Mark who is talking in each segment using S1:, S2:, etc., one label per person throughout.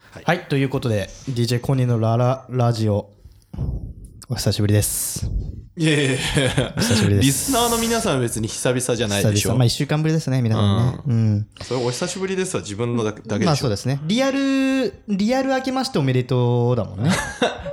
S1: はい、ということで DJ コニーのラララジオお久しぶりです
S2: いやいやいや
S1: 久しぶりです
S2: リスナーの皆さんは別に久々じゃないでし
S1: 久
S2: ょ
S1: 々まあ1週間ぶりですね皆さんねうん、
S2: それお久しぶりですわ自分のだけ
S1: ま
S2: だけで
S1: あ
S2: し
S1: そう
S2: ょ、
S1: ですねリアルリアル明けましておめでとうだもんね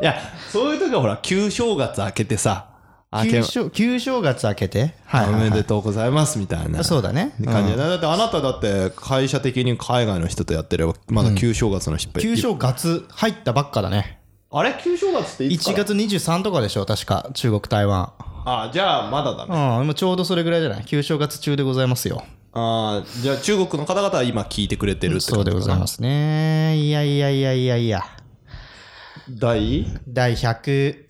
S2: いやそういう時はほら旧正月明けてさ明け
S1: 旧正旧正月明けてはい
S2: お
S1: はい
S2: めでとうございますみたいな
S1: そうだね、うん
S2: 感じだだってあなただって会社的に海外の人とやってればまだ旧正月の失敗、
S1: 旧正月入ったばっかだね
S2: あれ旧正月っていつか
S1: 1
S2: ら
S1: 月23とかでしょ確か中国台湾
S2: あじゃあまだだ
S1: う
S2: ね
S1: んもうちょうどそれぐらいじゃない旧正月中でございますよ
S2: あーじゃあ中国の方々は今聞いてくれてるって
S1: そう
S2: こと
S1: でございますねいやいやいやいやいや
S2: 第
S1: 第100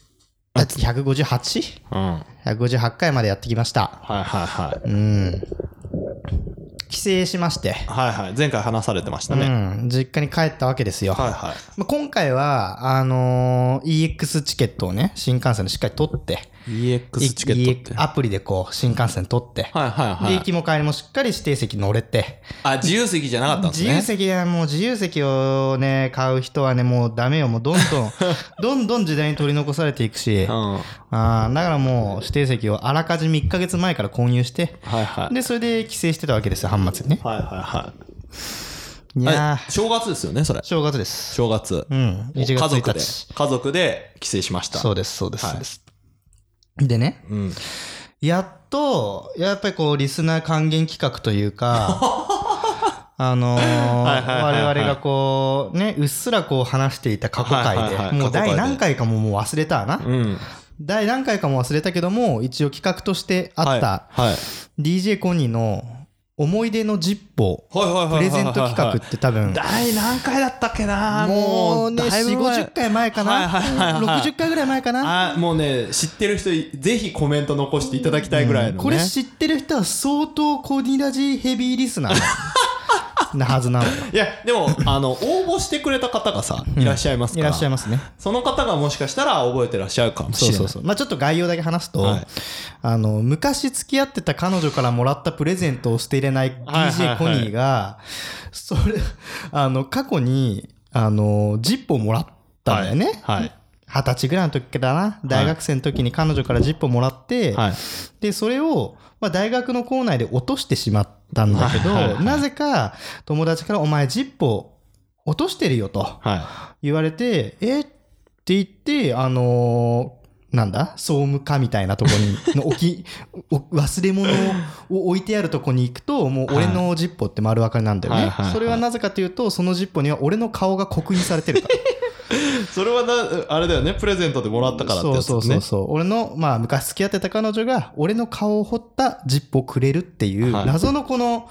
S1: あ 158?158
S2: うんはい
S1: 回までやってきました
S2: はいはい、
S1: うん帰省しまして、
S2: はいはい前回話されてました
S1: う
S2: ね、
S1: ん実家に帰ったわけですよ、
S2: はいはい
S1: まあ今回はあのー EX チケットをね新幹線でしっかり取って
S2: EX チケットって。
S1: EX アプリでこう新幹線取って、
S2: はいはいは
S1: で
S2: い。
S1: 行きも帰りもしっかり指定席乗れて、
S2: あ、自由席じゃなかったんです
S1: 自
S2: ね。
S1: 由席はもう自由席をね買う人はねもうダメよもうどん どんどんどん時代に取り残されていくし、
S2: う
S1: あ
S2: ん。は
S1: あーだからもう指定席をあらかじめ1ヶ月前から購入して
S2: いはい。
S1: でそれで帰省してたわけですよ半末にね
S2: はいはい
S1: い
S2: はい。
S1: や
S2: あ正月ですよね、それ。
S1: 正月です
S2: 正月。
S1: うん1月
S2: 家族
S1: 1
S2: で
S1: 日。
S2: 家族で帰省しました。。
S1: そううですそうです、
S2: はい
S1: そうですでね
S2: ん。
S1: やっと、やっぱりこう、リスナー還元企画という か、あのー
S2: はいはいはいはい
S1: 我々がこう、ね、うっすらこう話していた過去
S2: は
S1: 回
S2: いはいはい
S1: で、もう
S2: 過去回で
S1: 第何回かももう忘れたな。
S2: うん。
S1: 第何回かも忘れたけども、一応企画としてあった、
S2: はい。はい
S1: DJ コニーの思い出のジッポ
S2: はいはいはいはいはいはい
S1: プレゼント企画って多分、
S2: 第何回だったっけな
S1: もうね、
S2: だい
S1: 4、
S2: ぶ前
S1: 50回前かな
S2: はいはいはいはい
S1: ?60 回ぐらい前かな
S2: あ、もうね、知ってる人、ぜひコメント残していただきたいぐらいのね。
S1: これ知ってる人は相当コニラジヘビーリスナー のなはずなのよ。
S2: いや、でも、あの、応募してくれた方がさ、いらっしゃいます
S1: い
S2: から。
S1: らっしゃいますね。
S2: その方がもしかしたら覚えてらっしゃるかもし
S1: そう
S2: れない。
S1: そうそう。まあちょっと概要だけ話すと、
S2: はい
S1: あの、昔付き合ってた彼女からもらったプレゼントを捨てれない
S2: はいはい
S1: DJ
S2: はい
S1: コニーが、それ、あの、過去に、あの、ジッポをもらったんだよね。
S2: はい。
S1: 二十歳ぐらいの時だな。大学生の時に彼女からジッポもらって、
S2: はい。
S1: で、それを、まあ、大学の校内で落としてしまったんだけ
S2: はいはい
S1: ど、
S2: はい
S1: なぜか友達から、お前ジッポ落としてるよと。
S2: は
S1: 言われて、えって言って、あのーなんだ総務課みたいなとこ にの置きお忘れ物を置いてあるとこに行くともう俺のジッポって丸分かりなんだよね、
S2: はいはいはい
S1: それはなぜかというとそのジッポには俺の顔が刻印されてるから
S2: い。それはな、あれだよね、プレゼントでもらったからって
S1: そ
S2: や
S1: う
S2: つね。
S1: そうそうそう俺のまあ昔付き合ってた彼女が俺の顔を彫ったジッポをくれるっていう
S2: はい
S1: 謎のこの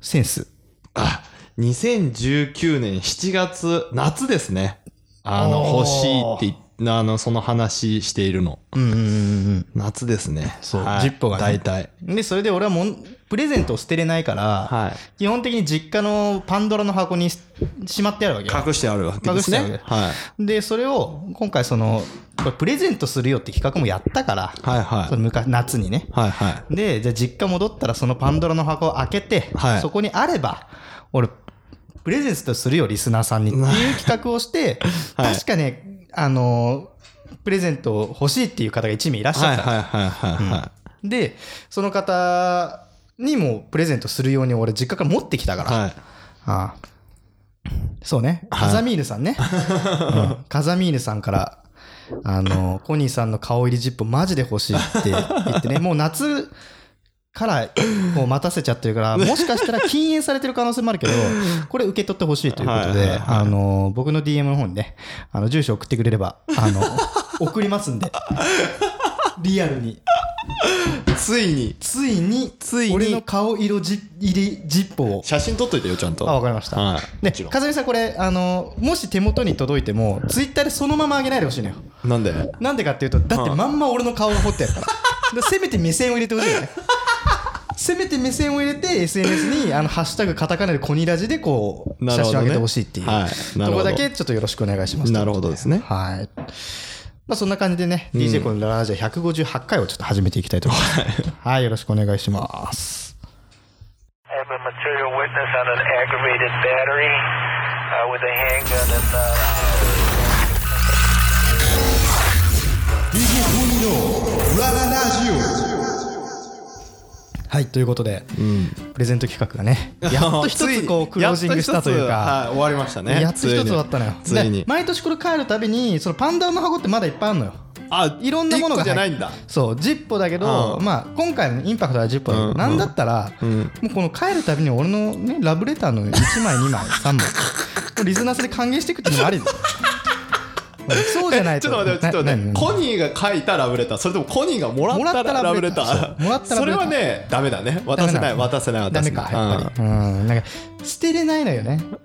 S1: センス、
S2: あ、2019年7月、夏ですね。あの、
S1: お
S2: 欲しい
S1: ー
S2: って言っあの、その話しているの。
S1: うんうんうん
S2: 夏ですね。
S1: そう
S2: はい
S1: ジッポがね
S2: 大体。
S1: うんでそれで俺はもんプレゼントを捨てれないから、
S2: はい。
S1: 基本的に実家のパンドラの箱にししまってあるわけよ
S2: 隠してあるわけですね。
S1: 隠して
S2: はい。
S1: でそれを今回そのこれプレゼントするよって企画もやったから、
S2: はいは
S1: そ
S2: い。
S1: の昔夏にね
S2: はいはい。
S1: でじゃあ実家戻ったらそのパンドラの箱を開けて、
S2: はい
S1: そこにあれば俺プレゼントするよリスナーさんにっていう企画をして、
S2: はい
S1: 確かねあのープレゼントを欲しいっていう方が1名いらっしゃ
S2: は
S1: っ
S2: い
S1: たの、
S2: はいはいはいは
S1: でその方にもプレゼントするように俺実家から持ってきたから、
S2: い。はい。
S1: ああそうね、
S2: はい
S1: カザミールさんね、うんカザミールさんからあのコニーさんの顔入りジップマジで欲しいって言って ねもう夏からこう待たせちゃってる からもしかしたら禁煙されてる可能性もあるけどこれ受け取ってほしいということ
S2: はい
S1: で
S2: はいはい
S1: あの僕の DM の方にねあの住所送ってくれればあ の送りますんでリアルに
S2: ついに、
S1: ついに
S2: ついに
S1: 俺の顔色じ入りジップを
S2: 写真撮っといてよ、ちゃんと。
S1: あわかりました
S2: はい。
S1: ね
S2: もち、ろん
S1: 風見さんこれあのもし手元に届いてもツイッターでそのまま上げないでほしいのよ
S2: なんで
S1: なんでかっていうとだってまんま俺の顔を彫ってやるから でせめて目線を入れてほしいよねせめて目線を入れて SNS にあの「ハッシュタグカタカナ」で「コニラジ」でこう
S2: なる
S1: 写
S2: ほ
S1: 真を上
S2: どね
S1: げてほしいっていう、
S2: はい
S1: と
S2: なるほど
S1: ころだけちょっとよろしくお願いします
S2: なるほどですね。
S1: はいまあそんな感じでね、DJ コのララジオ158回をちょっと始めていきたいと思います、はい、よろしくお願いします。
S3: I have a material witness on an aggravated battery uh, with a handgun and uh,
S4: DJ トミーの裏ラジオ
S1: はい、ということで、プレゼント企画がね、 やっと一つこうクロージングしたという
S2: やっ
S1: か、
S2: と一つはい、終わりましたね。
S1: やっと一つ終わったのよ。
S2: つい
S1: で
S2: に。
S1: 毎年これ帰るたびに、そのパンダの箱ってまだいっぱいあるのよ。
S2: あ
S1: いろんなものが
S2: 一個じ
S1: 入
S2: ゃ
S1: っ
S2: ないんだ。
S1: そう、10歩だけど、
S2: うん
S1: まあ今回のインパクトは10歩だけど、
S2: うん
S1: なんだったら、
S2: ん
S1: もうこの帰るたびに俺のね、ラブレターの1枚、2枚、3枚、これ リズナスで還元していくっていうのもありだよ そうじゃない
S2: ち
S1: と。
S2: ょっと待って、ちょっと
S1: な
S2: 待っ
S1: な
S2: て。
S1: な
S2: コニーが書いたラブレター、それともコニーがもらったらラブレタ
S1: もらったラブレター
S2: ー。
S1: そうもらったラブレター
S2: それはね、ダメだね。渡せない、渡せない、渡
S1: ダ
S2: せ
S1: メ
S2: な
S1: か
S2: い。
S1: やっぱりうんなんか捨てれないのよね
S2: うん。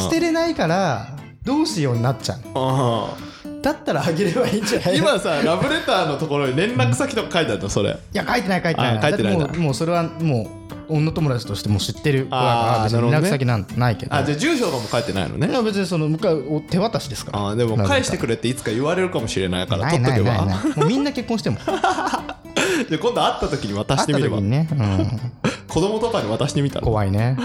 S1: 捨てれないからどうしようになっちゃう
S2: う。
S1: だったらあげれば いいんじゃなんい
S2: 今さ、ラブレターのところに連絡先とか書いてあるの、それ。
S1: いや書いてない書いてない
S2: あ書いてないんだ
S1: だってもうもうそれはもう女友達としてもう知ってる子だから
S2: あー
S1: 別に連
S2: なるほど
S1: 絡
S2: ね
S1: 先なんてないけど
S2: あ、じゃあ住所とかも書いてないのね
S1: い。や別にその向かう手渡しですから
S2: あーでも返してくれっていつか言われるかもしれないから
S1: な
S2: 取
S1: い
S2: っと
S1: な
S2: け
S1: いない
S2: ば
S1: ないもうみんな結婚 しても会っ
S2: で今度会った時に渡
S1: た
S2: してみ
S1: 時
S2: れば
S1: にね、 うん、
S2: 子供とかに渡してみたら
S1: 怖いね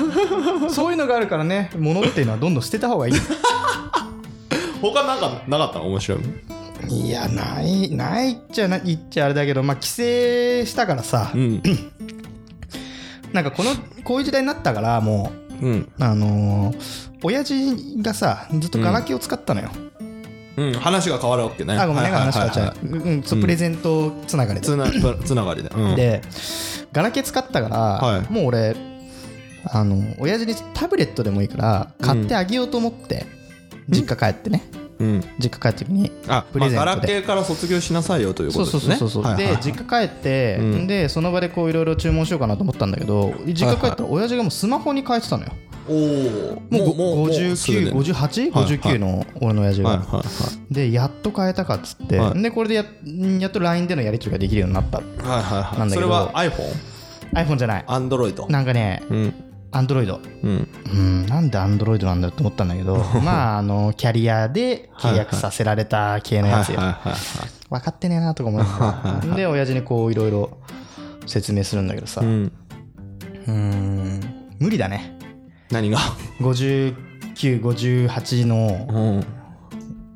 S1: そういうのがあるからね物っていうのはどんどん捨てた方がいい
S2: 他なんかなかったの面白いの
S1: いやないないっちゃないっちゃあれだけどまあ帰省したからさ、
S2: うん
S1: なんかこのこういう時代になったからもう
S2: うん
S1: あのー親父がさずっとガラケーを使ったのよ、
S2: うん話が変わるわけね
S1: あごめんね
S2: はいはい
S1: 話
S2: はい
S1: 変
S2: は
S1: わ
S2: い
S1: っちゃう、うん、そう
S2: うん
S1: プレゼントつながりで、
S2: つなつつながりでうん
S1: でガラケー使ったから、
S2: はい
S1: もう俺あの親父にタブレットでもいいから買ってあげようと思って、実家帰ってね
S2: うん
S1: 実家帰った時に
S2: あ
S1: プレゼントで
S2: まあガラケーから卒業しなさいよという
S1: そ
S2: こ
S1: う
S2: と
S1: そ
S2: で
S1: う
S2: すね
S1: そうそう、
S2: はいはい
S1: で実家帰って、
S2: うん
S1: でその場でこういろいろ注文しようかなと思ったんだけど実家帰った
S2: はい
S1: ら親父がもうスマホに変えてたのよ
S2: おお
S1: もう
S2: もうすぐねはいはい
S1: 5958?59 の俺の親父
S2: はい
S1: が
S2: は
S1: でやっと変えたかっつって
S2: はい
S1: でこれでややっと LINE でのやり取りができるようになった
S2: いはいは
S1: な
S2: いは
S1: ん
S2: い
S1: だけ
S2: それ
S1: ど
S2: は iPhone?
S1: iPhone じゃない
S2: Android?
S1: なんかね
S2: うん
S1: アンドロイド
S2: うん
S1: うんなんでアンドロイドなんだよって思ったんだけ どまああのキャリアで契約させられた系の
S2: はい
S1: や
S2: は
S1: つ
S2: い
S1: よ
S2: はいはい
S1: 分かってねえなとか思いながらで親父にこういろいろ説明するんだけどさ
S2: うん
S1: うん無理だね
S2: 何が
S1: 5958の
S2: うん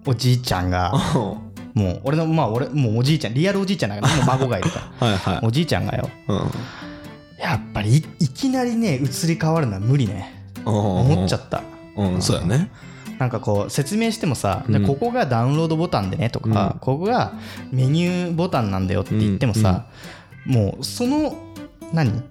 S1: おじいちゃんが
S2: は
S1: もう俺のまあ俺もうおじいちゃんリアルおじいちゃんだからねもう孫がいるか
S2: い
S1: ら
S2: はい
S1: おじいちゃんがよやっぱりいいきなりね移り変わるのは無理ね思
S2: 思
S1: っちゃった
S2: うんそうや ね
S1: なんかこう説明してもさ、
S2: うん
S1: でここがダウンロードボタンでねとか、
S2: うん
S1: ここがメニューボタンなんだよって言ってもさ、もうその何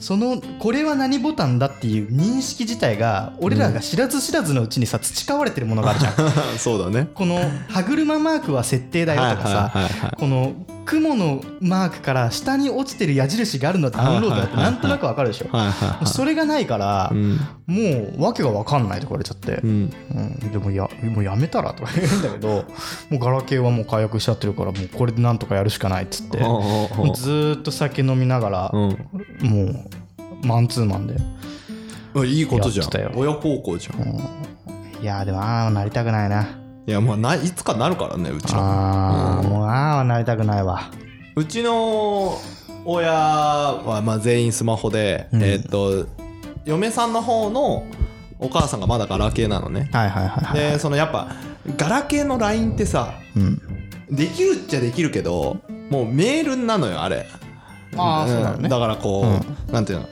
S1: そのこれは何ボタンだっていう認識自体が俺らが知らず知らずのうちにさ培われてるものがあるじゃん
S2: そうだね
S1: この歯車マークは設定だよとかさ
S2: はいはいはいはい
S1: この雲のマークから下に落ちてる矢印があるのはダウンロードだって
S2: はい
S1: な
S2: は
S1: い
S2: はい
S1: んとなくわかるでしょ
S2: はいはいはい
S1: それがないから、
S2: うん
S1: もう訳がわかんないとか言われちゃって、
S2: うん
S1: うん、でもやもうやめたらとか 言うんだけどもうガラケーはもう解約しちゃってるからもうこれでなんとかやるしかないっつって
S2: おうおうおう
S1: ずーっと酒飲みながら、もうマンツーマンで
S2: うんいいことじゃん
S1: やってたよ
S2: 親孝行じゃん
S1: いやーでもああはなりたくないない
S2: やまあないいつかなるからねうちの
S1: あー、もうああはなりたくないわ
S2: うちの親はまあ全員スマホで
S1: うん
S2: えーっと嫁さんの方のお母さんがまだガラケーなのね
S1: はいはいはいはい、
S2: でそのやっぱガラケーの LINE ってさ
S1: うん、
S2: できるっちゃできるけどもうメールなのよあれ
S1: ああそうなの
S2: ん
S1: ね
S2: だからこう、なんていうの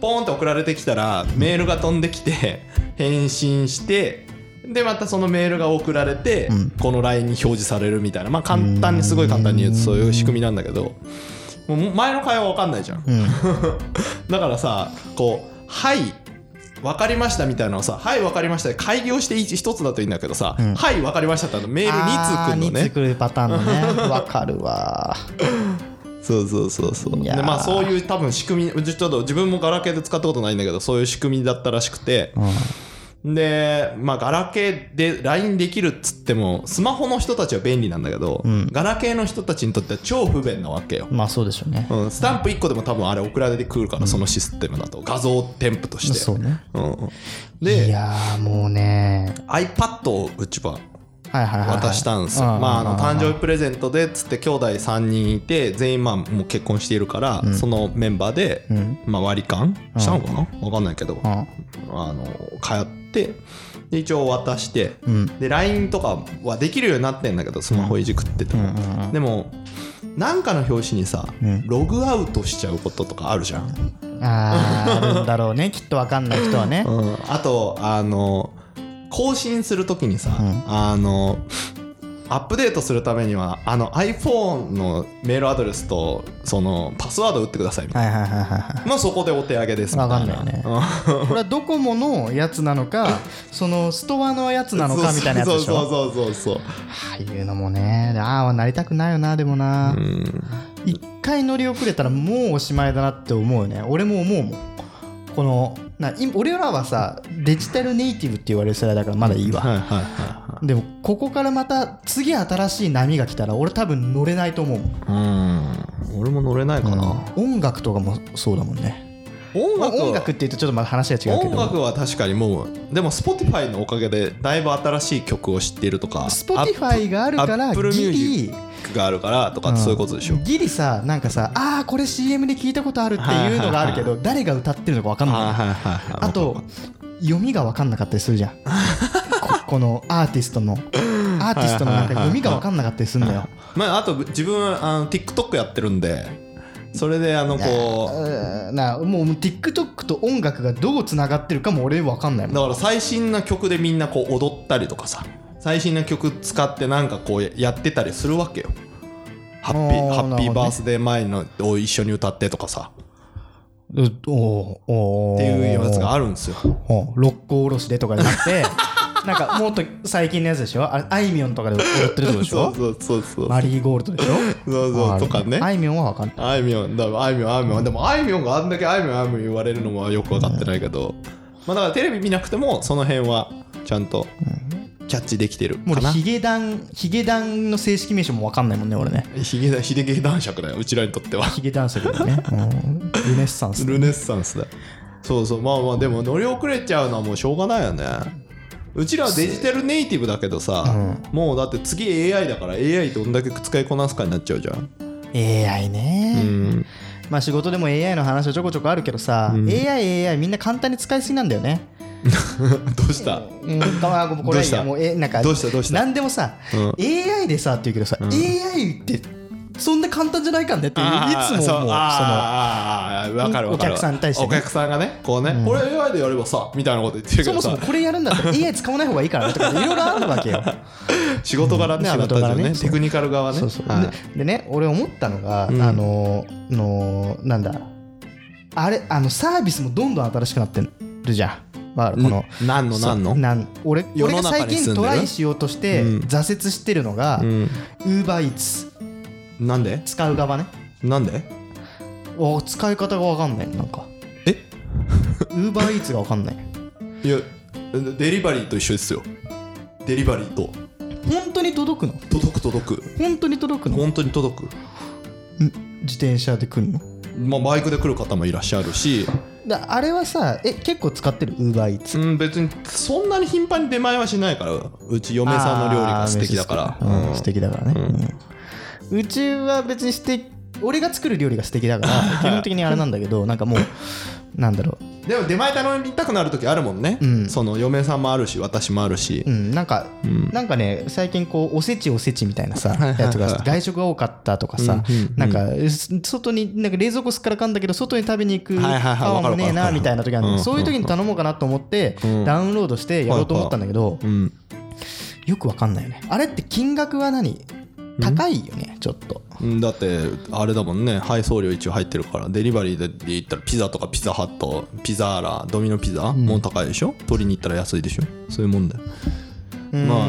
S2: ポーンって送られてきたらメールが飛んできて 返信してでまたそのメールが送られて、
S1: うん
S2: この LINE に表示されるみたいなまあ簡単にすごい簡単に言うとそういう仕組みなんだけどもう前の会話わかんないじゃん
S1: うん
S2: だからさこう「はいわかりました」みたいなのをさ「はいわかりました」で開業して一一つだといいんだけどさ「
S1: ん
S2: はいわかりました」ってあのメール2通くんの
S1: あー
S2: ね
S1: 二通来るパターンの ねわかるわ
S2: そうそうそうそう
S1: い
S2: で
S1: やー
S2: まあそういう多分仕組みうちちょっと自分もガラケーで使ったことないんだけどそういう仕組みだったらしくて、でまあガラケーで LINE できるっつってもスマホの人たちは便利なんだけど、
S1: ん
S2: ガラケーの人たちにとっては超不便なわけよ、
S1: まあそうでしょうね、
S2: うん、スタンプ1個でも多分あれ送られてくるから、そのシステムだと画像添付として
S1: そうね
S2: うんうん、
S1: い
S2: で
S1: やーもうね
S2: iPad をうちは
S1: はいはいはいはい
S2: 渡したんですよ、
S1: ううう
S2: まあ、あの誕生日プレゼントでっつって兄弟3人いて全員まあもう結婚しているから、そのメンバーで、
S1: ん
S2: まあ、割り勘したのかな、わかんないけど、
S1: うん
S2: あの通ってで一応渡して、
S1: うん
S2: で LINE とかはできるようになってんだけどスマホいじくってても、
S1: うんうん
S2: でもなんかの表紙にさ、
S1: うん
S2: ログアウトしちゃうこととかあるじゃん、
S1: あーあるんだろうねきっ とわかんない人はね
S2: うんあとあの更新するときにさ、
S1: ん
S2: あのアップデートするためにはあの iPhone のメールアドレスとそのパスワード打ってくださいみたい
S1: はいはいはいはいは
S2: な、まあそこでお手上げですみたいな
S1: わかんないねいこれはドコモのやつなのかそのストアのやつなのかみたいなやつでし
S2: そう
S1: ょ
S2: そうそうそうそう
S1: ああいうのもねああはなりたくないよなでもな
S2: うん
S1: 一回乗り遅れたらもうおしまいだなって思うよね俺も思うもんこのない俺らはさデジタルネイティブって言われる世代だからまだいいわ、
S2: はいはいはいは
S1: でもここからまた次新しい波が来たら俺多分乗れないと思うもん
S2: いうん俺も乗れないかな、
S1: 音楽とかもそうだもんね
S2: 音
S1: まあ
S2: 楽は
S1: 音楽って言うとちょっとまだ話が違うけ
S2: 音
S1: ど
S2: 楽は確かにもうでも Spotify のおかげでだいぶ新しい曲を知っているとか
S1: Spotify があるか
S2: ア
S1: ら
S2: ップルミュ
S1: ギ
S2: ージ
S1: リ
S2: ックがあるからとかそういうことでしょ、
S1: ギリさなんかさああこれ CM で聞いたことあるっていうのがあるけど誰が歌ってるのか分かんない
S2: はいはいはいはい
S1: あと読みが分かんなかったりするじ ゃんここのアーティストのアーティストのなんか読みが分かんなかったりするのよ
S2: まあ、あと自分あの TikTok やってるんでそれであのこ
S1: うーんなあもう TikTok と音楽がどうつながってるかも俺分かんないうもん
S2: だから最新な曲でみんなこう踊ったりとかさ最新な曲使ってなんかこうやってたりするわけよハッピー
S1: あーなる
S2: ハッピ
S1: ほどね
S2: ーバースデー前のを一緒に歌ってとかさ
S1: うおーお
S2: っていうやつが
S1: あ
S2: あるんですよ
S1: 六甲おろしでとかじゃなく てなんかもっと最近のやつでしょあれあいみょんとかで踊ってるってことでし
S2: そ
S1: ょ
S2: うそうそうそう
S1: マリーゴールドでしょ
S2: そうそうとかね
S1: あいみょんは分かんない
S2: あいみょんだあいみょんあいみょんでもあいみょんがあんだけあいみょんあいみょん言われるのもよく分かってないけど、まあ、だからテレビ見なくてもその辺はちゃんとキャッチできてる
S1: もう
S2: か
S1: 俺
S2: な、
S1: ヒゲダンヒゲダンの正式名称も分かんないもんね俺 ね
S2: ヒゲだヒゲゲ男爵だようちらにとっては
S1: ヒゲダンスだよね、うん、ルネッサンス
S2: ルネッサンスだそうそうまあまあでも乗り遅れちゃうのはもうしょうがないよねうちらはデジタルネイティブだけどさ、もうだって次 AI だから AI どんだけ使いこなすかになっちゃうじゃん
S1: AI
S2: う
S1: ね、
S2: ん
S1: まあ仕事でも AI の話はちょこちょこあるけどさ、AIAI みんな簡単に使いすぎなんだよね
S2: どうした
S1: うん、あごめんこれは
S2: どう
S1: い
S2: し
S1: いや
S2: た
S1: もうえなんか
S2: どうしたどうした
S1: 何でもさ、AI でさって言うけどさ、AI ってそんな簡単じゃないかんねっていうい
S2: あー
S1: つ
S2: そう
S1: も思う
S2: あーあーあーわかるわかる
S1: お客さんに対してね
S2: お客さんがねこうね、これ AI でやればさみたいなこと言ってるけ
S1: その
S2: ど
S1: そ
S2: さ
S1: もそもこれやるんだ ったら AI 使わない方がいいからねとかいろいろあるわけよ
S2: 仕事柄ね、
S1: うん
S2: あなたたちのね
S1: 仕事柄ね
S2: テクニカル側ね
S1: そうそう
S2: はい
S1: ででね俺思ったのが、
S2: うん
S1: あののなんだあれあのサービスもどんどん新しくなってるじゃんわかるこの
S2: ん何の何の
S1: そうなん俺
S2: 世
S1: 俺
S2: の
S1: が
S2: 中
S1: 最
S2: に住んで
S1: 近
S2: る
S1: トライしようとして
S2: うん
S1: 挫折してるのが、
S2: うん、
S1: UberEats
S2: なんで
S1: 使う側ね
S2: なんで
S1: お使い方が分かんないなんか
S2: え
S1: ウーバーイーツが分かんない
S2: いやデリバリーと一緒ですよデリバリーと
S1: 本当に届くの
S2: 届く届く
S1: 本当に届くの
S2: 本当に届く、
S1: 自転車で来るの
S2: まあ、バイクで来る方もいらっしゃるし、
S1: だあれはさえ結構使ってるウーバーイーツ
S2: うん、別にそんなに頻繁に出前はしないからうち嫁さんの料理が素敵だからうん
S1: 素敵だからね、うんうちは別に素敵俺が作る料理が素敵だから 基本的にあれなんだけどなんかもうなんだろ
S2: でも出前頼みたくなる時あるもんね、
S1: うん
S2: その嫁さんもあるし私もあるし
S1: う、うんなんか、
S2: ん
S1: なんかね最近こうおせちおせちみたいなさ
S2: はいはいはい
S1: やつが外食が多かったとかさ
S2: うんうんうん
S1: なんかす外になんか冷蔵庫すっからかんだけど外に食べに行く
S2: はいはいはい
S1: パワーもねえ
S2: わ
S1: な
S2: かるわかる
S1: みたいな時ある
S2: うんうん
S1: の
S2: うん
S1: そういう時に頼もうかなと思って
S2: うん
S1: ダウンロードしてやろうと思ったんだけど
S2: うん
S1: よくわかんないよねあれって金額は何高いよねちょっと
S2: うんだってあれだもんね配送料一応入ってるからデリバリーで言ったらピザとかピザハットピザーラドミノピザも高いでしょ取りに行ったら安いでしょそういうもんだよまあ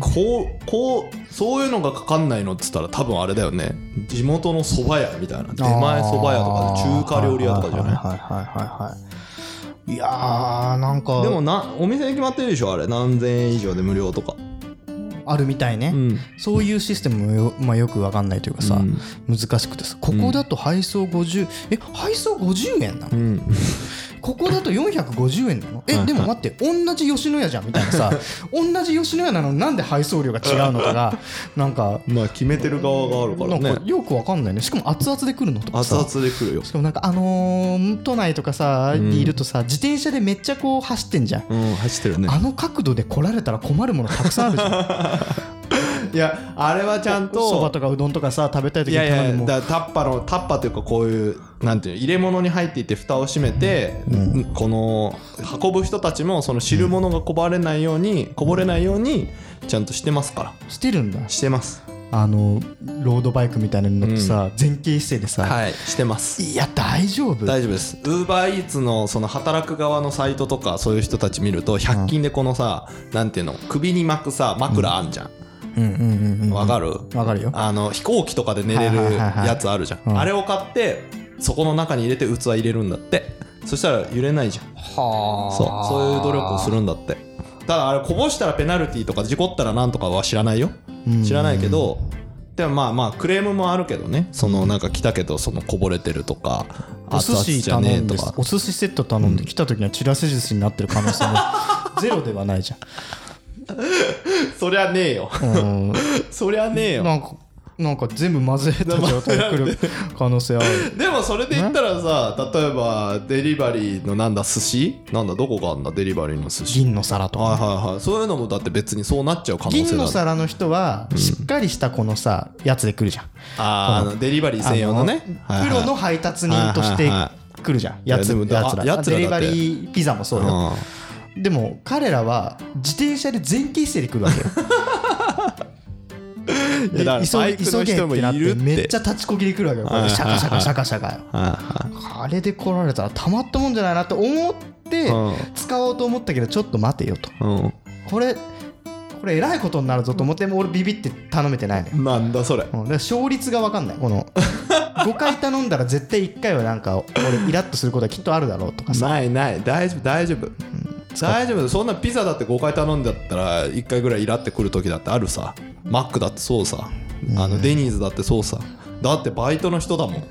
S2: こうこうそういうのがかかんないのっつったら多分あれだよね地元の蕎麦屋みたいな出前蕎麦屋とか中華料理屋とかじゃない
S1: はいはいはいはいいやーなんか
S2: でもなお店に決まってるでしょあれ何千円以上で無料とか
S1: あるみたいね、
S2: ん
S1: そういうシステムもよ,、まあ、よくわかんないというかさ、
S2: うん
S1: 難しくてさここだと配送50、え配送50円なの、
S2: うん
S1: こここだと450円なのえ
S2: うん
S1: でも待って同じ吉野家じゃんみたいな さ同じ吉野家なのになんで配送料が違うのと かなんか
S2: まあ決めてる側があるか
S1: なん
S2: ら
S1: か
S2: ね
S1: よくわかんないねしかも熱々で来るのとか
S2: 熱
S1: さ
S2: 々で来るよ
S1: しかもなんかあのー都内とかさ
S2: うん
S1: にいるとさ自転車でめっちゃこう走ってんじゃん
S2: うん走ってるね
S1: あの角度で来られたら困るものたくさんあるじゃん
S2: いやあれはちゃんと
S1: そばとかうどんとかさ食べたい時
S2: い
S1: に
S2: やい
S1: 頼
S2: や
S1: むもん
S2: だからタッパのタッパというかこういうなんていうの入れ物に入っていて蓋を閉めて、この運ぶ人たちもその汁物がこぼれないように、こぼれないようにちゃんとしてますから
S1: してるんだ
S2: してます
S1: あのロードバイクみたいなのに乗ってさ前傾姿勢でさ
S2: はいしてます
S1: いや大丈夫
S2: 大丈夫ですウーバーイーツのその働く側のサイトとかそういう人たち見ると100均でこのさ、なんていうの首に巻くさ枕あんじゃ
S1: うんうんうんうん
S2: んわ、かる、
S1: わかるよ
S2: あの飛行機とかで寝れる
S1: はいはいはいはい
S2: やつあるじゃん、
S1: うん
S2: あれを買ってそこの中に入れて器入れるんだってそしたら揺れないじゃん
S1: は
S2: そうそういう努力をす
S1: る
S2: るんだってただあれこぼしたらペナルティとか事故ったらなんとかは知らないよ知らないけどでもまあまあクレームもあるけどねそのなんか来たけどそのこぼれてるとか
S1: お寿司
S2: じゃ
S1: 頼
S2: ねえ
S1: ん
S2: と
S1: で
S2: か
S1: お寿司セット頼んで来た時にはちらし寿司になってる可能性 もゼロではないじ
S2: そりゃねえよ
S1: ゃんうん
S2: そりゃねえよ
S1: なんかなんか全部混ぜた状態で来 る可能性ある
S2: でもそれで言ったらさ例えばデリバリーのなんだ寿司なんだどこがあんだデリバリーの寿司
S1: 銀の皿とか
S2: はいはいはいそういうのもだって別にそうなっちゃう可能性だ
S1: 銀の皿の人はしっかりしたこのさやつで来るじゃん
S2: あーあのデリバリー専用のね
S1: あ
S2: は
S1: の
S2: いはい
S1: プロの配達人として来るじゃんやつ
S2: いやでもだ
S1: やつら
S2: やつらだって
S1: デリバリーピザもそうよ
S2: うん
S1: でも彼らは自転車で前傾姿勢で来るわけよ
S2: いやだ
S1: で
S2: からバイク
S1: 急
S2: の
S1: げ急
S2: 人も
S1: げってなっ
S2: いる
S1: て
S2: って
S1: めっちゃ立ちこぎで来るわけよこれシャカシャカシャカシャカよ
S2: は
S1: あれで来られたらたまったもんじゃないなと思って
S2: うん
S1: 使おうと思ったけどちょっと待てよと
S2: いはい
S1: これこれえらいことになるぞと思ってもう俺ビビって頼めてないのよ
S2: うんなんだそれ
S1: うんだから勝率が分かんないこの5回頼んだら絶対1回はなんか俺イラッとすることはきっとあるだろうとかさ
S2: ないない大丈夫大丈夫大丈夫そんなピザだって5回頼んだったら1回ぐらいイラってくる時だってあるさマックだってそうさあのデニーズだってそうさだってバイトの 人だもん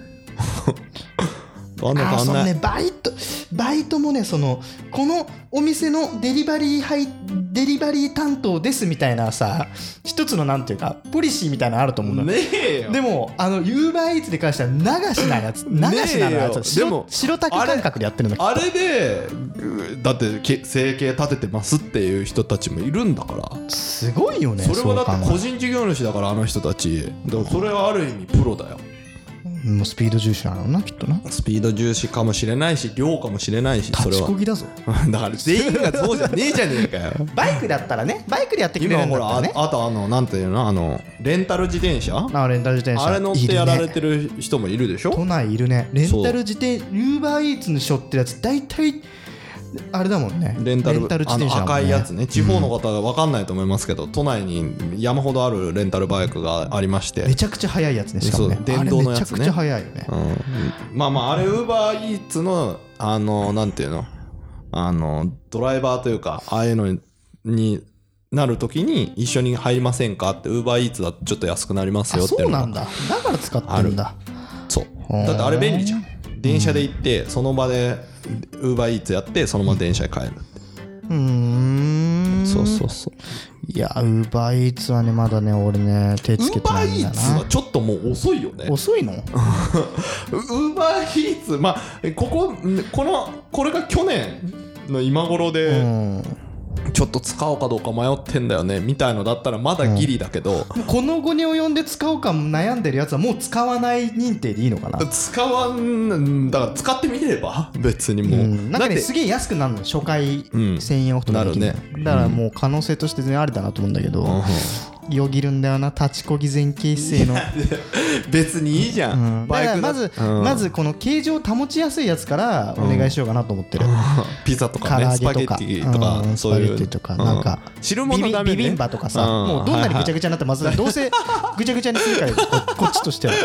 S1: あー
S2: あんな変
S1: そ
S2: わ
S1: の
S2: んな
S1: ね
S2: い
S1: バイトバイトもねそのこのお店のデリバリー配デリバリー担当ですみたいなさ一つのなんていうかポリシーみたいなのあると思うのよ
S2: ねえよ
S1: でもあの UberEats に関しては流しなやつ流
S2: ねえよ
S1: しなのやつ
S2: でも
S1: 白白竹感覚でやってるんだ
S2: あれでぐだってけ生計立ててますっていう人たちもいるんだから
S1: すごいよね
S2: それはだ
S1: そう
S2: っ
S1: 考え
S2: て
S1: た
S2: 個
S1: ら
S2: 人事業主だからあの人たちだからそれはある意味プロだよ
S1: もうスピード重視なのなきっとな
S2: スピード重視かもしれないし量かもしれないし
S1: 立
S2: それ
S1: ち
S2: は
S1: こぎだぞ
S2: だから全員がそうじゃねえじゃねえかよ
S1: バイクだったらねバイクでやってくれ
S2: 今
S1: るんだ
S2: ほ
S1: った
S2: ら
S1: ら
S2: あ
S1: ね
S2: あとあのなんていうのあのレンタル自転車
S1: あレンタル自転車
S2: あれ乗ってやられて
S1: るね
S2: る人もいるでしょ
S1: 都内いるねレンタル自転ユーバーイーツのショってるやつ大体あれだもんね
S2: レンタル
S1: 自転車
S2: あの
S1: だもん
S2: 赤
S1: ね
S2: いやつね地方の方は分かんないと思いますけど、都内に山ほどあるレンタルバイクがありまして
S1: めちゃくちゃ速いやつねしかもね
S2: そう電動のやつね
S1: あれめちゃくちゃ速いよね
S2: うん、まあまああれウーバーイーツのあのなんていうのあのドライバーというかああいうのにになるときに一緒に入りませんかってウーバーイーツだとちょっと安くなります
S1: あ
S2: よってい
S1: そうう
S2: のが
S1: なんだだから使ってるんだ
S2: そう
S1: ー
S2: だってあれ便利じゃん電車で行ってその場でウーバーイーツやってそのまま電車で帰る
S1: うーん
S2: そうそうそう
S1: いやウーバーイーツはねまだね俺ね手
S2: ウ
S1: つけ
S2: ー
S1: てな
S2: バー
S1: いん
S2: イー
S1: だ
S2: ツ
S1: な
S2: はちょっともう遅いよね
S1: 遅 いの
S2: ウーバーイーツまあえここんこのこれが去年の今頃で、
S1: うん
S2: ちょっと使おうかどうか迷ってんだよねみたいのだったらまだギリだけど、
S1: この後に及んで使おうか悩んでるやつはもう使わない認定でいいのかな
S2: 使わんだから使ってみれば別にもう、
S1: うん、なんか
S2: だっ
S1: ね
S2: て
S1: すげえ安くなるの初回
S2: うん
S1: 専用とかでき
S2: な
S1: る
S2: る
S1: だからもう可能性として全然ありだなと思うんだけど、よぎるんだよな立ちこぎ前傾姿勢の、
S2: 別にいいじゃん、
S1: うんだ
S2: バ
S1: か
S2: イ
S1: ら
S2: クだ
S1: まず、
S2: うん
S1: まずこの形状を保ちやすいやつからお願いしようかなと思ってる、
S2: ピザとかねス
S1: 唐揚
S2: パゲ
S1: げとか
S2: ッティとか、
S1: うん
S2: そうい
S1: スパ
S2: う
S1: ゲッティとかなんか
S2: う汁物
S1: ビビ
S2: ダメね
S1: ビビンバとかさ、
S2: うん
S1: もうどんなにぐちゃぐ
S2: はい
S1: ちゃになってもまずいどう せぐちゃぐちゃにするからここっちとしては、
S2: はい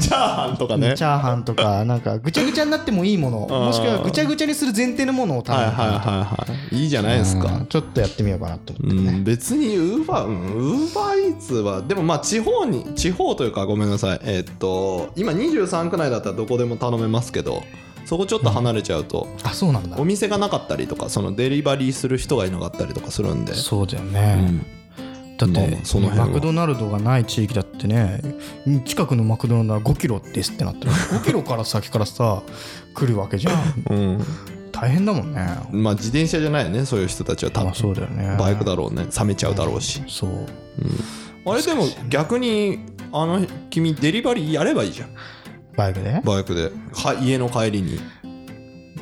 S2: チャーハンとかね
S1: チャーハンとかなんかぐちゃぐちゃになってもいいものもしくはぐちゃぐちゃにする前提のものを
S2: はい
S1: 頼
S2: は
S1: む
S2: い
S1: かなと
S2: はいはいいいじゃないです
S1: うん
S2: か、
S1: ちょっとやってみようかなと思
S2: う
S1: ってるね、
S2: ん、別にウーバーウーバーイーツはでもまあ地方に地方というかごめんなさいえーっと今23区内だったらどこでも頼めますけどそこちょっと離れちゃうと、
S1: あそうなんだ
S2: お店がなかったりとかそのデリバリーする人がいなかったりとかするんで
S1: そうだよ
S2: う
S1: ね、
S2: ん
S1: だっ
S2: まあ
S1: て
S2: まあその辺は
S1: マクドナルドがない地域だってね近くのマクドナルドは5キロですってな ってる5キロから先からさ来るわけじゃん
S2: うん
S1: 大変だもんね
S2: まあ自転車じゃないよねそういう人たちは多
S1: ま
S2: 分
S1: あそうだよね
S2: バイクだろうね冷めちゃうだろうし、
S1: そう
S2: あれでも逆にあの君デリバリーやればいいじゃん
S1: バイクで
S2: バイクでか家の帰りに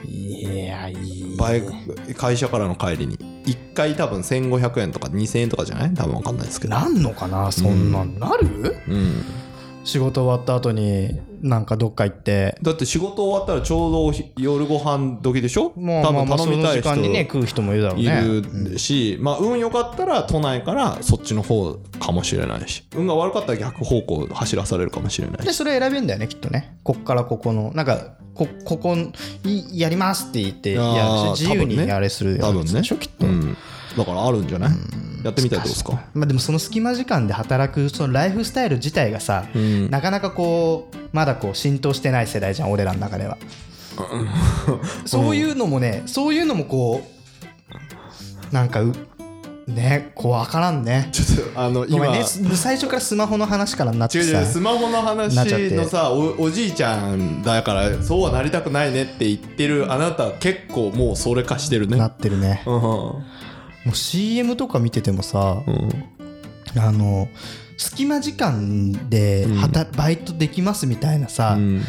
S1: いやいい
S2: バイク会社からの帰りに1回多分1500円とか2000円とかじゃない多分分かんないですけど
S1: なんのかなそんなんなる、
S2: うん
S1: 仕事終わった後になんかどっか行って
S2: だって仕事終わったらちょうどおひ夜ご飯時でしょ多
S1: もうまあ
S2: 分
S1: まあ
S2: 頼
S1: そ
S2: み
S1: の
S2: たい
S1: 時間にね
S2: 人
S1: 食う人もいるだろう
S2: い
S1: ね
S2: るし、まあ運良かったら都内からそっちの方かもしれないし運が悪かったら逆方向走らされるかもしれない
S1: で
S2: し
S1: それ選べんだよねきっとねこっからここのなんかこここいやりますって言って
S2: あー
S1: やるし自由
S2: 多分
S1: に
S2: ね
S1: あれするや
S2: 多分
S1: つ
S2: ね
S1: でしょきっと、
S2: うん、だからあるんじゃない、やってみたいってことですか
S1: まあ、でもその隙間時間で働くそのライフスタイル自体がさ、
S2: うん
S1: なかなかこうまだこう浸透してない世代じゃん俺らの中では、そういうのもねそういうのもこうなんかうねこう分からんね
S2: ちょっとあの
S1: ごめ
S2: 今
S1: んねす最初からスマホの話からなっ
S2: 違う
S1: て
S2: 違
S1: さ
S2: うスマホの
S1: なっちゃっ
S2: 話
S1: て
S2: のさおおじいちゃんだからそうはなりたくないねって言ってるあなた結構もうそれ化してるね
S1: なってるね
S2: うん
S1: もう CM とか見ててもさ、
S2: うん
S1: あの隙間時間で働、バイトできますみたいなさ、
S2: うん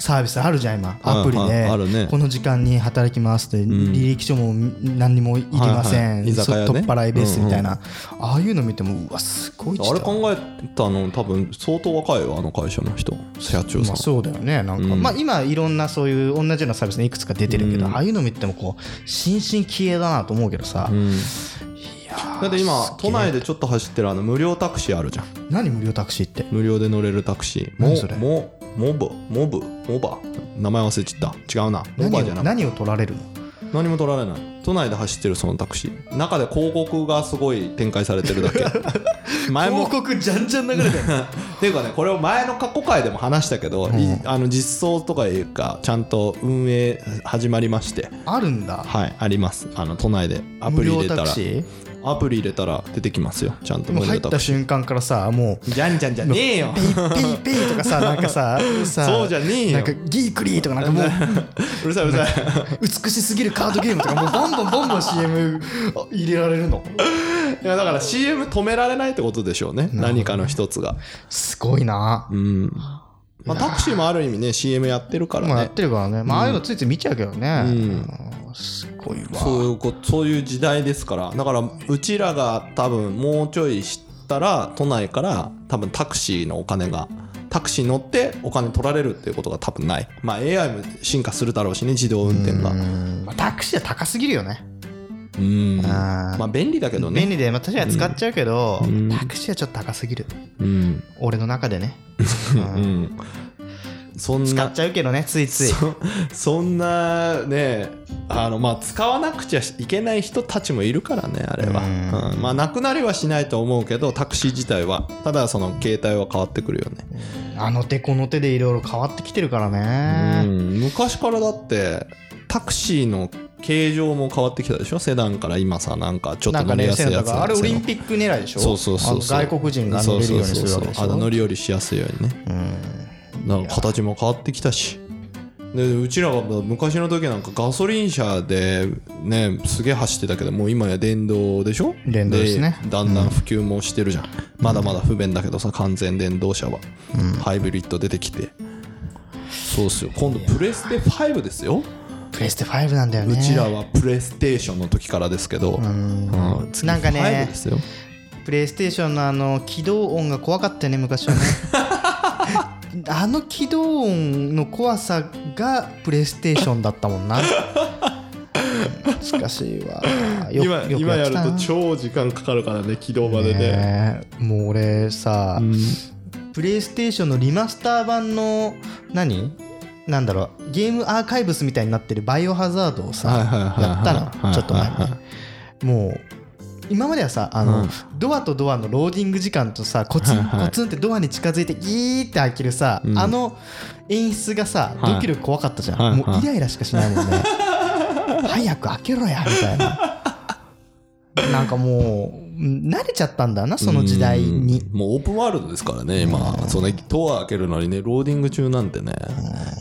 S1: サービスあるじゃん今アプリ
S2: ああある
S1: で
S2: ね
S1: この時間に働きますって
S2: ん
S1: 履歴書も何にもいりま
S2: は
S1: せ
S2: い
S1: ん
S2: はい居酒屋ね
S1: そ取っ払いベースみたいなああいうの見てもうわすごい時
S2: あれ
S1: 代
S2: 考えたの多分相当若いよあの会社の人社長さ
S1: ま
S2: ん
S1: あ、そうだよねなんか
S2: うん
S1: まあ今いろんなそういう同じようなサービスにいくつか出てるけど
S2: うん
S1: ああいうの見てもこう新進気鋭だなと思うけどさ
S2: うん
S1: いやー
S2: だって今
S1: すげ
S2: 都
S1: え
S2: 内でちょっと走ってるあの無料タクシーあるじゃん
S1: 何無料タクシーって
S2: 無料で乗れるタクシー
S1: 何それ
S2: もモモブモブモバ名前忘れちゃった違うなモ
S1: 何
S2: バ
S1: を
S2: じゃなくて
S1: 何を取られるの
S2: 何も取られない都内で走ってるそのタクシー中で広告がすごい展開されてる だけ前も
S1: 広告じゃんじゃん流れてる
S2: っていうかねこれを前の過去回でも話したけど、いあの実装とかいうかちゃんと運営始まりまして
S1: あるんだ
S2: はいありますあの都内でアプ
S1: 無
S2: リ入
S1: 料
S2: れた
S1: タ
S2: ら
S1: クシ
S2: アプリ入れたら出てきますよちゃんと
S1: ーもう
S2: 無
S1: 入
S2: 料
S1: っ
S2: タ
S1: た
S2: クシー
S1: 瞬間からさもう
S2: じゃんじゃんじゃねえ よ
S1: ペイペイペイとかさ、なんかさ、さ
S2: そうじゃねえよ
S1: なんかギークリーとか、なんかもう、
S2: うるさいうるさい
S1: 美しすぎるカードゲームとか、もうボンボンボンボン CM 入れられるの。
S2: いやだから CM 止められないってことでしょうね何かの一つが
S1: すごいな。
S2: うん、まあ、タクシーもある意味ね CM やってるから
S1: まあや
S2: ね
S1: ってるからね。まあ、ああいうのついつい見ちゃうけどね。うんすごい
S2: そう
S1: わ。
S2: いうこそういう時代ですからだからうちらが多分もうちょい知ったら都内から多分タクシーのお金がタクシー乗ってお金取られるっていうことが多分ないまあ AI も進化するだろうしね自動運転がうん
S1: うんまあタクシーは高すぎるよね。あー
S2: まあ便利だけどね
S1: 便利で、まあ、確かに使っちゃうけど、
S2: うん
S1: タクシーはちょっと高すぎる。
S2: うん、
S1: 俺の中 でね。
S2: うん、そん
S1: 使
S2: な
S1: っちゃうけどね、ついつい。
S2: そそんなねあのまあ使わなくちゃいけない人たちもいるからねあれは、うんまあなくなりはしないと思うけどタクシー自体はただその携帯は変わってくるよね、
S1: あの手この手でいろいろ変わってきてるから
S2: う
S1: ね。
S2: ん、昔からだってタクシーの形状も変わってきたでしょセダンから今さなんかちょっ
S1: な
S2: と
S1: んか
S2: 乗り
S1: ね、
S2: やす
S1: セ
S2: い
S1: ダ
S2: や
S1: ン
S2: つ
S1: とかあれオリン
S2: ッ
S1: ピック狙いでしょ
S2: そうそうそうそう
S1: あの外国人が乗れるようにするわけでし
S2: そうそうそうそうあの乗
S1: ょ
S2: り降りしやすいようにねなんか形も変わってきたしでうちらが昔の時なんかガソリン車でねすげえ走ってたけどもう今や電動でしょ
S1: 電動ですね
S2: だんだん普及もしてるじゃん、まだまだ不便だけどさ完全電動車は、ハイブリッド出てきてそうっすよ今度プレステ5ですよ
S1: プレステ5なんだよ
S2: う
S1: ね
S2: ちらはプレイステーションの時からですけど、うん次
S1: なんかね
S2: 5ですよ
S1: プレイステーションのあの起動音が怖かったよね昔 はねあの起動音の怖さがプレイステーションだったもん なうん懐かしいわよ
S2: 今
S1: よく
S2: 今や
S1: って
S2: る
S1: たな
S2: と超時間かかるからね起動までね
S1: ねえもう俺さ、プレイステーションのリマスター版の何なんだろうゲームアーカイブスみたいになってるバイオハザードをさ
S2: はいはいはいはい
S1: やったのちょっと前にもう今まではさあの、
S2: うん
S1: ドアとドアのローディング時間とさコツ
S2: は
S1: ン
S2: いはい
S1: コツンってドアに近づいてギーって開けるさ、
S2: うん
S1: あの演出がさ
S2: はい
S1: ドキドキ怖かったじゃん、
S2: はいはい
S1: もうイライラしかしないもんね 早く開けろやみたいななんかもううん慣れちゃったんだなその時代に
S2: うんもうオープンワールドですからね今そのドア開けるのにねローディング中なんてね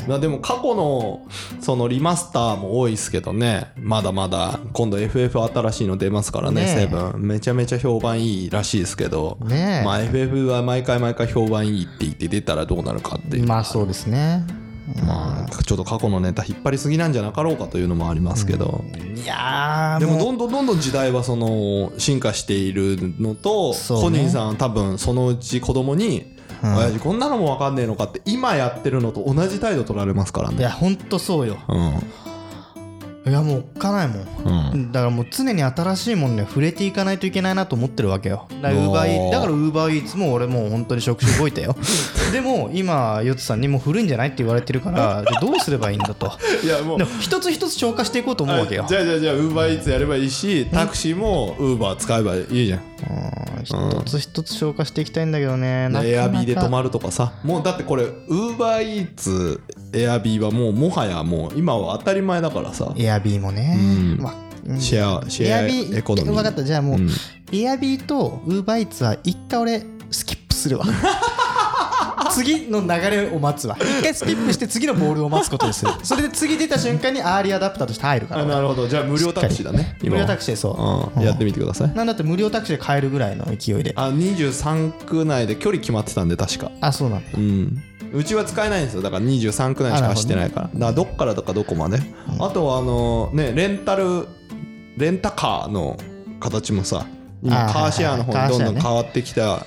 S2: まあでも過去のそのリマスターも多いですけどねまだまだ今度 FF 新しいの出ますからね
S1: ねえ
S2: セブンめちゃめちゃ評判いいらしいですけど
S1: ねえ
S2: まあ FF は毎回毎回評判いいって言って出たらどうなるかっていう
S1: まあそうですね
S2: まあちょっと過去のネタ引っ張りすぎなんじゃなかろうかというのもありますけど、
S1: いやー
S2: でも
S1: う
S2: どんどんどんどん時代はその進化しているのと、
S1: そうね
S2: コニーさん多分そのうち子供に「
S1: うん
S2: 親父こんなのも分かんねえのか」って今やってるのと同じ態度取られますから
S1: い
S2: ね。
S1: やほんとそうよ
S2: うん
S1: いやもうおっかないもん
S2: うん
S1: だからもう常に新しいもんね触れていかないといけないなと思ってるわけよだから
S2: おー
S1: Uber だから UberEats も俺もう本当に職種動いた よでも今ヨッツさんにもう古いんじゃないって言われてるからじゃあどうすればいいんだと
S2: いやもう
S1: でも一つ一つ消化していこうと思うわけよ
S2: じゃあじゃあじゃあウーバーイーツやればいいしタクシーもウーバー使えばいいじゃん
S1: うん一つ一つ消化していきたいんだけどねなかなか
S2: エアビーで泊まるとかさもうだってこれウーバーイーツエアビーはもうもはやもう今は当たり前だからさ
S1: エアビーもね
S2: うん
S1: まあうん
S2: シェアシ
S1: エ
S2: ェ
S1: ア
S2: ア
S1: ビー
S2: エコノミー
S1: 分かったじゃあもう、
S2: うん
S1: エアビーとウーバーイーツは一回俺スキップ するわ次の流れを待つわ一回スキップして次のボールを待つことでするそれで次出た瞬間にアーリーアダプターとして入るか
S2: あ
S1: ら俺
S2: なるほどじゃあ無料タクシーだね
S1: 無料タ
S2: シ
S1: クシーでそ
S2: ー
S1: う、
S2: うんやってみてください
S1: なんだって無料タクシーで買えるぐらいの勢いであ
S2: あ23区内で距離決まってたんで確か
S1: そうなんだ
S2: うんうちは使えないんですよだから23区内しか走ってないからだからどっからとかどこまで、あとはあのねレンタルレンタカーの形もさ今
S1: あー
S2: カーシェアの方にどんど
S1: カーシェア
S2: ん
S1: ね
S2: 変わってきた、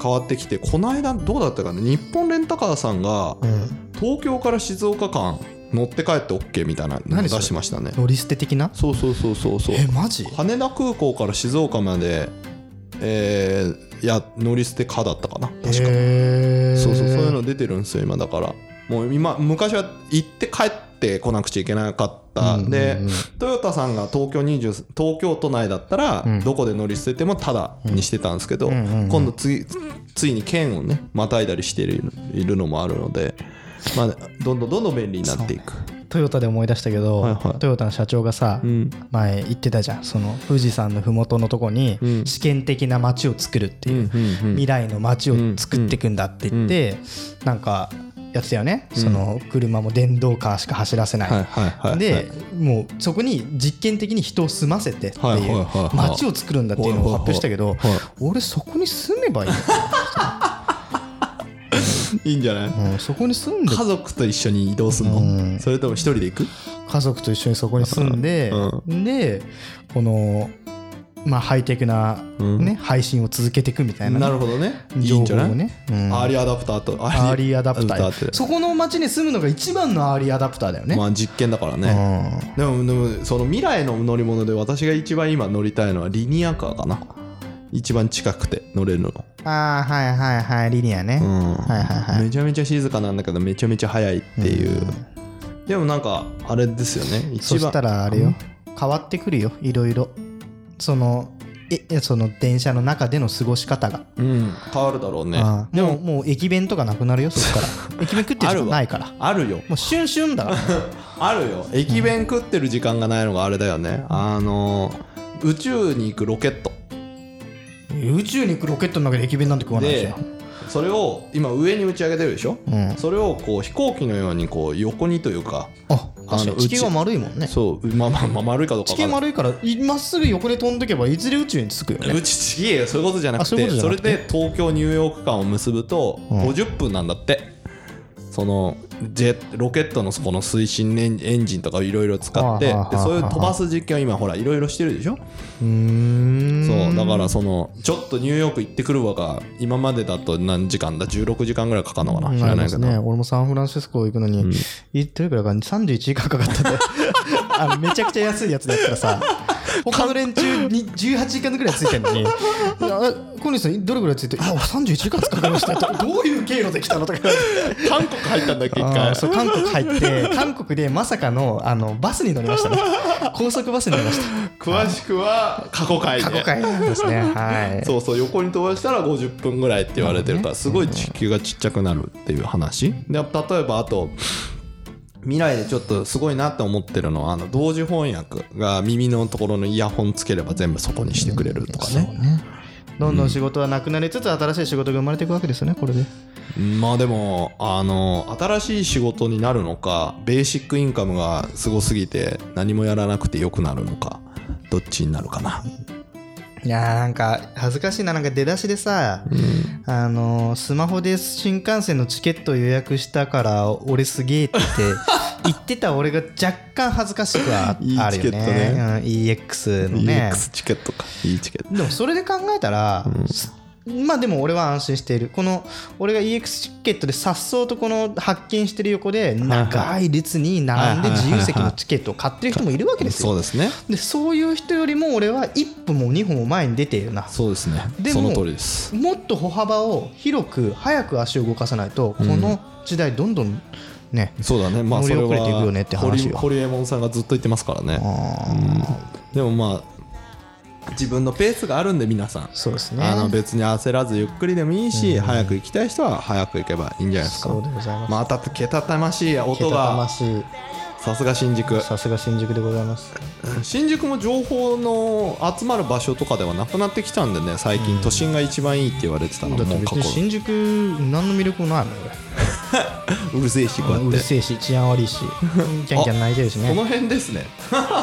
S2: 変わってきてこの間どうだったかな日本レンタカーさんが
S1: うん
S2: 東京から静岡間乗って帰って OK みたいなのを出
S1: 何それ
S2: しましたね
S1: 乗り捨て的な
S2: そうそうそうそうそう
S1: えマジ
S2: 羽田空港から静岡まで、えーいや乗り捨てかだったかな確か
S1: へー
S2: そうそうそういうの出てるんですよ今だからもう今昔は行って帰ってこなくちゃいけなかった、
S1: うんうんうん
S2: でトヨタさんが東京20東京都内だったら、
S1: うん
S2: どこで乗り捨ててもタダにしてたんですけど、
S1: うんうんうん
S2: 今度ついついに県をねまたいだりしているいるのもあるので、まあ、どんどんどんどん便利になっていく
S1: トヨタで思い出したけど、
S2: はいはい
S1: トヨタの社長がさ、
S2: うん
S1: 前言ってたじゃんその富士山の麓のとこに
S2: うん
S1: 試験的な街を作るっていう、
S2: うんうん
S1: 未来の街を作っていくんだって言って、なんかやってたよね、
S2: ん
S1: その車も電動カーしか走らせない。
S2: はいはいはいはい
S1: でもうそこに実験的に人を住ませてって
S2: はいは
S1: い
S2: いは
S1: う
S2: いはい
S1: 街を作るんだっていうのを発表したけど
S2: いはいはい
S1: 俺そこに住めばいい
S2: いいんじゃない、
S1: の、うん、そこに住んで
S2: 家族と一緒に移動するの、
S1: うん
S2: それとも一人で行く
S1: 家族と一緒にそこに住んで、でこの、まあ、ハイテクな、ね
S2: うん
S1: 配信を続けていくみたいなね、
S2: なるほどねいい
S1: 情
S2: んじゃ
S1: 報
S2: な
S1: を
S2: い、
S1: ね、うん
S2: アーリーアダプターとア
S1: アーリーアダプタ
S2: ア
S1: ー
S2: で
S1: そこの町に住むのが一番のアーリーアダプターだよね、
S2: まあ実験だからね、でもでもその未来の乗り物で私が一番今乗りたいのはリニアカーかな一番近くて乗れるのが、
S1: うんああはいはいはいリニアね、
S2: うん
S1: はいはいはい
S2: めちゃめちゃ静かなんだけどめちゃめちゃ速いっていう、でもなんかあれですよね一
S1: そ
S2: 番
S1: したらあれよ変わってくるよいろいろそのええその電車の中での過ごし方が、
S2: うん変わるだろうね
S1: ああ
S2: で
S1: もう
S2: も
S1: もう駅弁とかなくなるよそっから 駅弁食ってる
S2: あ
S1: 時
S2: る
S1: 間
S2: わ
S1: ないからも
S2: あるよ
S1: うシュンシュンだから
S2: あるよ駅弁食ってる時間がないのがあれだよね、あの宇宙に行くロケット
S1: 宇宙に行くロケットの中で駅弁なんて食わないでし
S2: で
S1: ょ、
S2: それを今上に打ち上げてるでしょ、
S1: うん、
S2: それをこう飛行機のようにこう横にというか、
S1: あ確か
S2: あの
S1: に
S2: うち
S1: 地球は丸いもんね
S2: そうまあまあまあ丸いかどうか
S1: 地球
S2: わかんない
S1: 丸いからいまっすぐ横で飛んでけばいずれ宇宙に着くよね
S2: うちちげえよそういうことじゃなく
S1: あそういう
S2: て
S1: ことじゃ
S2: そ
S1: な
S2: れ
S1: くて
S2: で東京ニューヨーク間を結ぶと
S1: うん
S2: 50分なんだって、そのジェロケットのそこの推進エンエンジンとかいろいろ使って
S1: はあはあはあはあ
S2: でそういう飛ばす実験を今ほらいろいろしてるでしょ
S1: うーん
S2: そうだからそのちょっとニューヨーク行ってくるわが今までだと何時間だ16時間ぐらいかかるのかな知らないけど、
S1: ね、俺もサンフランシスコ行くのに、いどれくらいか31時間かかったんであのめちゃくちゃ安いやつだったらさ他の連中に18時間ぐらいついてるのにいや小西さんどれぐらいついてるいや31時間使いましたよとかどういう経路で来たのとか
S2: 韓国入ったんだっけ一
S1: あー
S2: 回
S1: そう韓国入って韓国でまさかのあのバスに乗りましたね高速バスに乗りました
S2: 詳しくは過去回で
S1: 過去回ですねはい
S2: そうそう横に飛ばしたら50分ぐらいって言われてるからすごい地球がちっちゃくなるっていう話で例えばあと未来でちょっとすごいなって思ってるのはあの同時翻訳が耳のところのイヤホンつければ全部そこにしてくれるとかね
S1: どんどん仕事はなくなりつつ新しい仕事が生まれていくわけですよねこれで
S2: まあでもあの新しい仕事になるのかベーシックインカムがすごすぎて何もやらなくてよくなるのかどっちになるかない
S1: やーなんか恥ずかしいななんか出だしでさ、あのースマホで新幹線のチケットを予約したから俺すげえ って言ってた俺が若干恥ずかしくは
S2: いい
S1: ある
S2: チケ
S1: よ
S2: ット
S1: ね
S2: ね
S1: うん EX のね
S2: EX チケットかいいチケット
S1: でもそれで考えたら、まあでも俺は安心しているこの俺が EX チケットでさっそうとこの発見してる横で長い列に並んで自由席のチケットを買ってる人もいるわけです
S2: そう
S1: よ
S2: ですね
S1: でそういう人よりも俺は1歩も2歩も前に出ているな
S2: そうですね
S1: で
S2: そ
S1: も
S2: の通りです
S1: もっと歩幅を広く早く足を動かさないとこの時代どんどんね、
S2: そうだね、まあ、
S1: 乗
S2: そ
S1: り
S2: れ
S1: 遅れ
S2: は
S1: ていくよねって話よ
S2: ホリホリエモンさんがずっと言ってますからね、うんでもまあ自分のペースがあるんで皆さん、
S1: そうですね
S2: あの別に焦らずゆっくりでもいいし、早く行きたい人は早く行けばいいんじゃないですか
S1: そうでございます、
S2: またけたたましい
S1: け
S2: 音
S1: たたま
S2: が
S1: しい
S2: さすが新宿
S1: さすが新宿でございます
S2: 新宿も情報の集まる場所とかではなくなってきたんでね最近都心が一番いいって言われてたの
S1: だって
S2: もう
S1: 別
S2: 過
S1: に
S2: 去
S1: 新宿何の魅力もないもん俺
S2: うるせえしこうや
S1: う
S2: って
S1: るせえし治安悪い しキャンキャン泣いてるし
S2: こ
S1: ね
S2: の辺ですね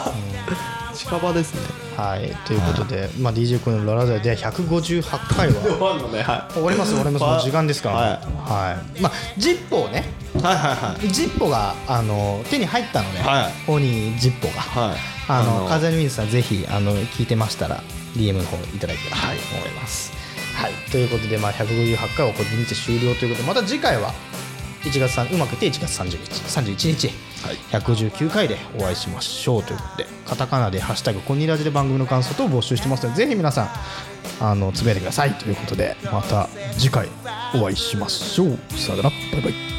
S2: 近場ですね
S1: はいということで、まあ、DJ 君のララダイで158回 は
S2: わんのねはい
S1: 終わります終わりますもう時間ですから、
S2: はい
S1: はいまあジッポーね
S2: はいはいはい
S1: ジッポがあの手に入ったので、
S2: はい
S1: ここにジッポが、
S2: はい
S1: あの
S2: あの
S1: 風見水さんぜひあの聞いてましたら DM の方いただければと思います、はいということで、まあ、158回をこれにて終了ということでまた次回は1月3うまくいって1月30日31日、
S2: はい
S1: 159回でお会いしましょうということでカタカナで「ハッシュタグコニラジ」で番組の感想等を募集してますのでぜひ皆さんあのつぶやいてくださいということでまた次回お会いしましょうさよならバイバイ